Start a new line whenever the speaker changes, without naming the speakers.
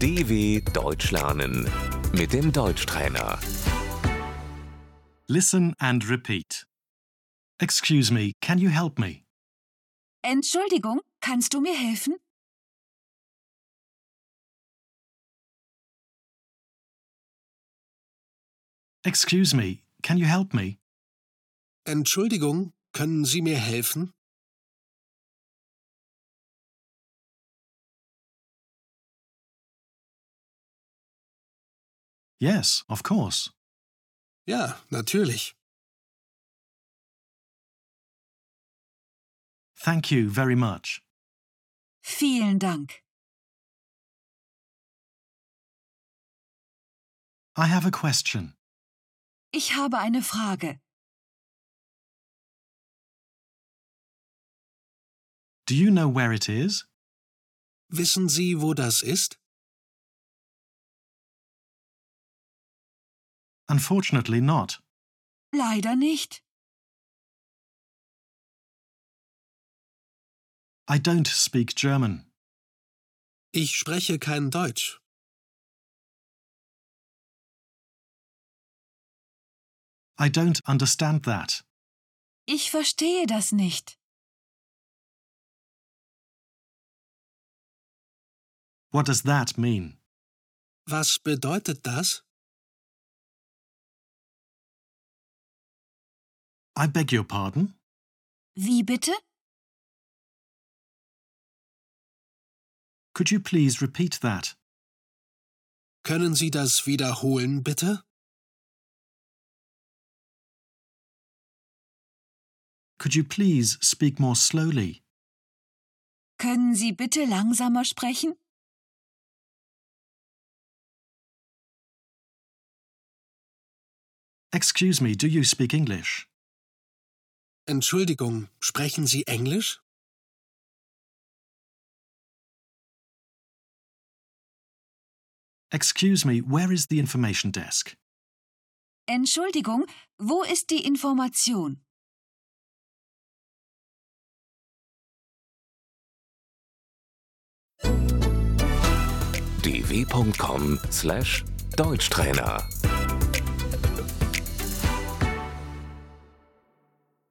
DW Deutsch lernen mit dem Deutschtrainer.
Listen and repeat. Excuse me, can you help me?
Entschuldigung, kannst du mir helfen?
Excuse me, can you help me?
Entschuldigung, können Sie mir helfen?
Yes, of course.
Ja, natürlich.
Thank you very much.
Vielen Dank.
I have a question.
Ich habe eine Frage.
Do you know where it is?
Wissen Sie, wo das ist?
Unfortunately not.
Leider nicht.
I don't speak German.
Ich spreche kein Deutsch.
I don't understand that.
Ich verstehe das nicht.
What does that mean?
Was bedeutet das?
I beg your pardon?
Wie bitte?
Could you please repeat that?
Können Sie das wiederholen, bitte?
Could you please speak more slowly?
Können Sie bitte langsamer sprechen?
Excuse me, do you speak English?
Entschuldigung, sprechen Sie Englisch?
Excuse me, where is the information desk?
Entschuldigung, wo ist die Information?
dw.com/deutschtrainer